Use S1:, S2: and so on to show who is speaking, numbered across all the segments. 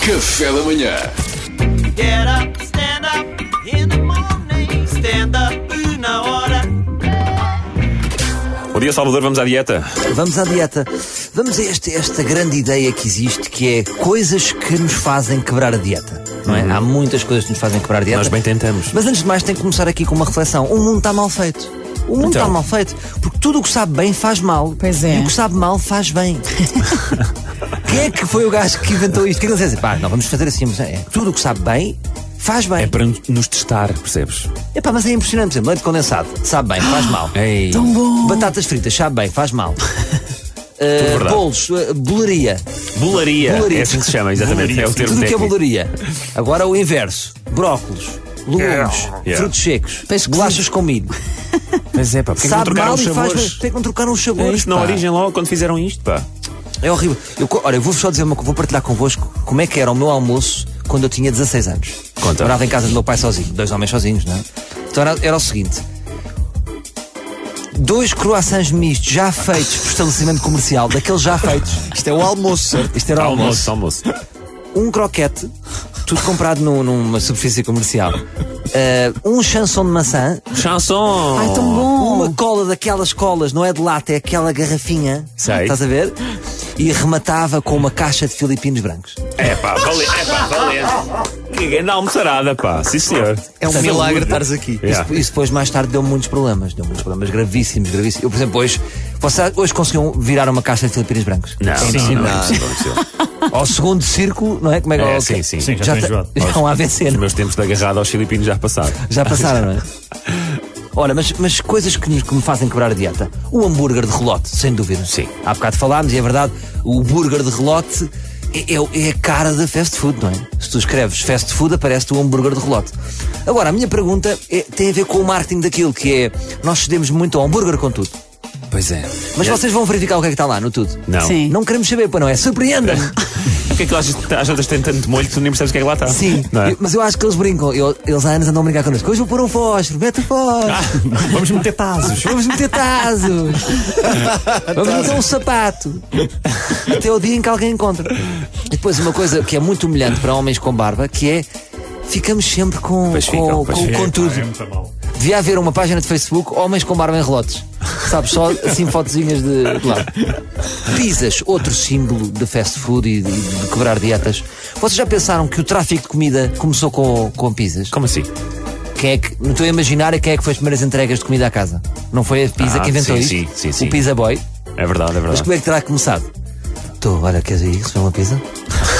S1: Café da manhã.
S2: Get up, stand up in the morning. Stand up na hora.
S3: Bom dia, Salvador, vamos à dieta.
S4: Vamos à dieta. Vamos a este- esta grande ideia que existe, que é coisas que nos fazem quebrar a dieta. Não é? Há muitas coisas que nos fazem quebrar a dieta.
S3: Uhum. Nós bem tentamos.
S4: Mas antes de mais, tem que começar aqui com uma reflexão. O mundo está mal feito. O mundo
S3: Então.
S4: está mal feito porque tudo o que sabe bem faz mal.
S5: Pois é.
S4: E o que sabe mal faz bem. Quem é que foi o gajo que inventou isto? Quem é que ele disse? Pá, não, vamos fazer assim. mas é, Tudo o que sabe bem faz bem.
S3: É para nos testar, percebes?
S4: Epá, mas é impressionante, por exemplo, leite condensado, sabe bem,
S3: Ah,
S4: faz mal.
S3: Ei.
S4: Batatas fritas, sabe bem, faz mal.
S3: Tudo
S4: Uh,
S3: verdade.
S4: bolos, uh, bolaria.
S3: Bolaria.
S4: Bolaria.
S3: É assim que se chama, exatamente. É o termo
S4: Tudo o que é
S3: técnico.
S4: bolaria. Agora o inverso: brócolos, legumes,
S3: Yeah.
S4: frutos secos,
S5: Peixe
S4: bolachas com milho.
S3: Mas é, pá, porque é que não
S4: sabe
S3: trocaram
S4: mal
S3: os
S4: e faz bem.
S3: sabores?
S4: Tem que não trocar os
S3: É
S4: sabores.
S3: isto na
S4: pá.
S3: origem logo, quando fizeram isto, pá.
S4: É horrível. Eu, co- olha, eu vou-vos só dizer uma coisa, vou partilhar convosco como é que era o meu almoço quando eu tinha 16 anos.
S3: Conta.
S4: Morava em casa do meu pai sozinho, dois homens sozinhos, não é? Então era, era o seguinte: dois croissants mistos já feitos por estabelecimento comercial, daqueles já feitos. Isto é o almoço, certo? Isto era o almoço
S3: Tá Almoço, almoço.
S4: um croquete, tudo comprado num- numa superfície comercial, eh, um chanson de maçã,
S3: Chanson!
S5: Ai, tão bom.
S4: Oh. uma cola daquelas colas, não é de lata, é aquela garrafinha,
S3: Sei.
S4: estás a ver? E rematava com uma caixa de filipinos brancos.
S3: É pá, valente. É pá, valente. Que grande almoçarada, pá. Sim, senhor.
S6: É um
S4: Portanto,
S6: milagre estares aqui.
S3: Yeah.
S4: Isso, isso depois, mais tarde, deu muitos problemas. Deu muitos problemas gravíssimos, gravíssimos. Eu, por exemplo, hoje, vocês hoje conseguiam virar uma caixa de filipinos brancos?
S3: Não,
S4: É
S3: não,
S4: impossível.
S3: não, é impossível, é impossível.
S4: Ao segundo círculo, não é? Como é que
S3: É,
S4: ok.
S3: sim, sim. Sim,
S4: já tá- já estão a vencer.
S3: Os meus tempos de agarrada aos filipinos já passaram.
S4: Já passaram, não é? Olha, mas, mas coisas que, nos- que me fazem quebrar a dieta. O hambúrguer de relote, sem dúvida.
S3: Sim.
S4: Há bocado falámos e é verdade, o hambúrguer de relote é, é- é a cara da fast food, não é? Se tu escreves fast food, aparece-te o hambúrguer de relote. Agora, a minha pergunta é- tem a ver com o marketing daquilo, que é nós cedemos muito ao hambúrguer com tudo.
S3: Pois é.
S4: Mas vocês vão verificar o que é que está lá no tudo.
S3: Não.
S5: Sim.
S4: Não queremos saber, pois não é? Surpreenda-me!
S3: Porquê é que lá às vezes- às vezes tem tanto molho que tu nem percebes o que é que lá está?
S4: Sim,
S3: Não é?
S4: eu- mas eu acho que eles brincam. Eu- eles há anos andam a brincar connosco. Hoje vou pôr um fósforo, mete o fósforo.
S3: Vamos meter tazos.
S4: Vamos meter tazos. Vamos meter um sapato. Até o dia em que alguém encontra. E depois uma coisa que é muito humilhante para homens com barba, que é ficamos sempre com,
S3: Pois
S4: com,
S3: ficam, pois
S4: com
S3: ficam.
S4: contudo. Devia haver uma página de Facebook Homens com Barba em Relotes. Sabes, só assim fotozinhas de, de lado. Pizzas, outro símbolo de fast food e de, de quebrar dietas. Vocês já pensaram que o tráfico de comida começou com, com pizzas?
S3: Como assim?
S4: Quem é que, não estou a imaginar quem é que foi as primeiras entregas de comida à casa. Não foi a Pizza
S3: Ah,
S4: que inventou
S3: sim,
S4: isto?
S3: sim, sim, sim.
S4: O Pizza Boy.
S3: É verdade, é
S4: Mas
S3: verdade.
S4: como é que terá começado? Tu, olha, queres aí receber uma pizza?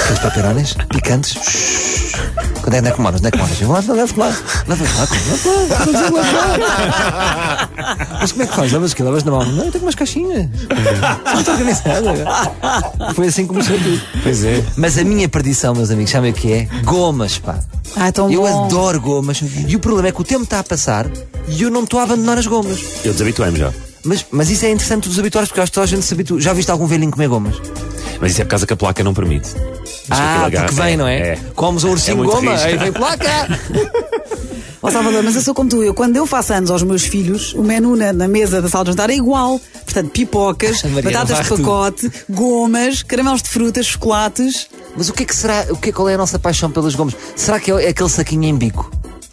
S4: Queres paperones? Picantes? Shhh. Quando é que não é que moras? Onde é que moras? Eu, Lá, lá, lá, lá, lá, lá, lá, lá, lá, lá, lá. Mas como é que faz? Levas o quê? Levas na mão? Não, eu tenho umas caixinhas. Só estou organizado. Foi assim que começou tudo.
S3: Pois é.
S4: Mas a minha perdição, meus amigos, sabem o que é? Gomas, pá.
S5: Ai, Ah, tão
S4: eu
S5: bom.
S4: adoro gomas. E o problema é que o tempo está a passar e eu não estou a abandonar as gomas.
S3: Eu desabituei-me já.
S4: Mas, mas isso é interessante dos habituais, porque eu acho que toda a gente se habitua. Já viste algum velhinho comer gomas?
S3: Mas isso é por causa que a placa não permite. Acho que aquilo
S4: ah,
S3: agarra-
S4: porque vem, não é?
S3: É.
S4: Comes um ursinho
S3: muito
S4: goma,
S3: risco.
S4: aí vem placa.
S5: Ó Salvador, mas eu sou como tu. Eu, quando eu faço anos aos meus filhos, o menu na, na mesa da sala de jantar é igual. Portanto, pipocas,
S4: A Mariana
S5: batatas de
S4: faz tudo.
S5: pacote, gomas, caramelos de frutas, chocolates.
S4: Mas o que é que será? O que é, qual é a nossa paixão pelas gomas? Será que é aquele saquinho em bico?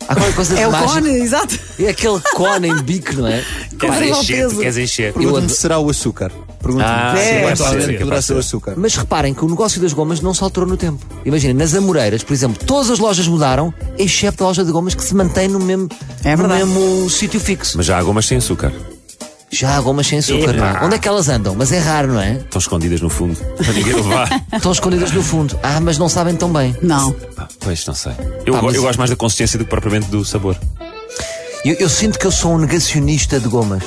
S4: Há qualquer coisa de
S5: É o
S4: mágico?
S5: cone, exato.
S4: É aquele cone em bico, não é?
S3: Queres
S5: Vai ao
S3: encher,
S5: peso.
S3: tu queres encher.
S4: Eu
S6: Pergunta-me
S4: adoro-
S6: se será o açúcar. Pergunta-me.
S3: Ah, sim,
S6: Quanto
S3: pode ser,
S6: à
S3: é,
S6: venda
S3: pode
S6: poderá
S3: ser.
S6: ser o açúcar.
S4: Mas reparem que o negócio das gomas não se alterou no tempo. Imagina, nas Amoreiras, por exemplo, todas as lojas mudaram, excepto a loja de gomas que se mantém no mesmo,
S5: É
S4: no
S5: verdade.
S4: mesmo sítio fixo.
S3: Mas já há gomas sem açúcar.
S4: Já há gomas sem açúcar, não é? Onde é que elas andam? Mas é raro, não é?
S3: Estão escondidas no fundo. Para ninguém levar.
S4: Estão escondidas no fundo. Ah, mas não sabem tão bem.
S5: Não.
S3: Pá, Ah, pois, não sei. Eu, go-
S4: Pá, Tá, mas-
S3: eu gosto mais da consistência do que propriamente do sabor.
S4: Eu, eu sinto que eu sou um negacionista de gomas.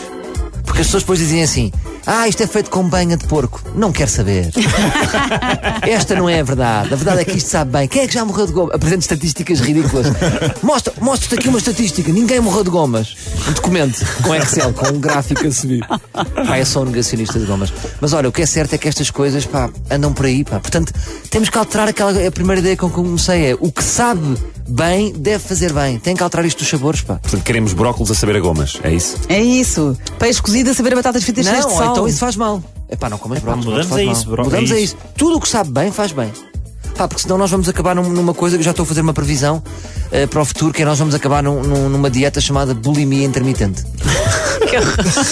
S4: Porque as pessoas depois dizem assim: Ah, isto é feito com banha de porco. Não quer saber. Esta não é a verdade. A verdade é que isto sabe bem. Quem é que já morreu de gomas? Apresento estatísticas ridículas. Mostra- Mostra-te aqui uma estatística: ninguém morreu de gomas. Um documento com Excel, com um gráfico a subir. Pá, eu sou um negacionista de gomas. Mas olha, o que é certo é que estas coisas pá, andam por aí. Pá. Portanto, temos que alterar aquela. A primeira ideia com que eu comecei é: o que sabe bem deve fazer bem. Tem que alterar isto dos sabores. Pá.
S3: Portanto, queremos brócolos a saber a gomas. É isso?
S5: É isso. Peixe cozido a saber batatas fritas cheias
S4: Não,
S5: de
S4: ou
S5: sal.
S4: então isso faz mal. É pá, não comas brócolis.
S7: mudamos
S4: faz
S7: é
S4: mal.
S7: isso, bro-
S4: Mudamos
S7: é
S4: é
S7: isso.
S4: isso. Tudo o que sabe bem faz bem. Pá, porque senão nós vamos acabar num- numa coisa que eu já estou a fazer uma previsão eh, para o futuro, que é nós vamos acabar num- num- numa dieta chamada bulimia intermitente.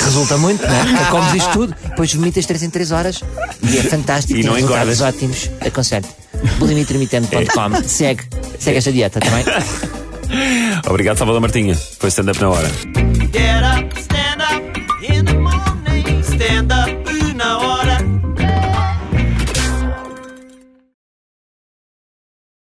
S4: Resulta muito, não é? Porque comes isto tudo, depois vomitas 3 em 3 horas e é fantástico.
S3: E
S4: tem
S3: não
S4: resultados
S3: engordas.
S4: ótimos. Aconselho-te. bulimiaintermitente.com. Segue. Segue esta dieta tá também.
S3: Obrigado, Salvador Martinha. Foi stand-up na hora.
S2: Get up, stand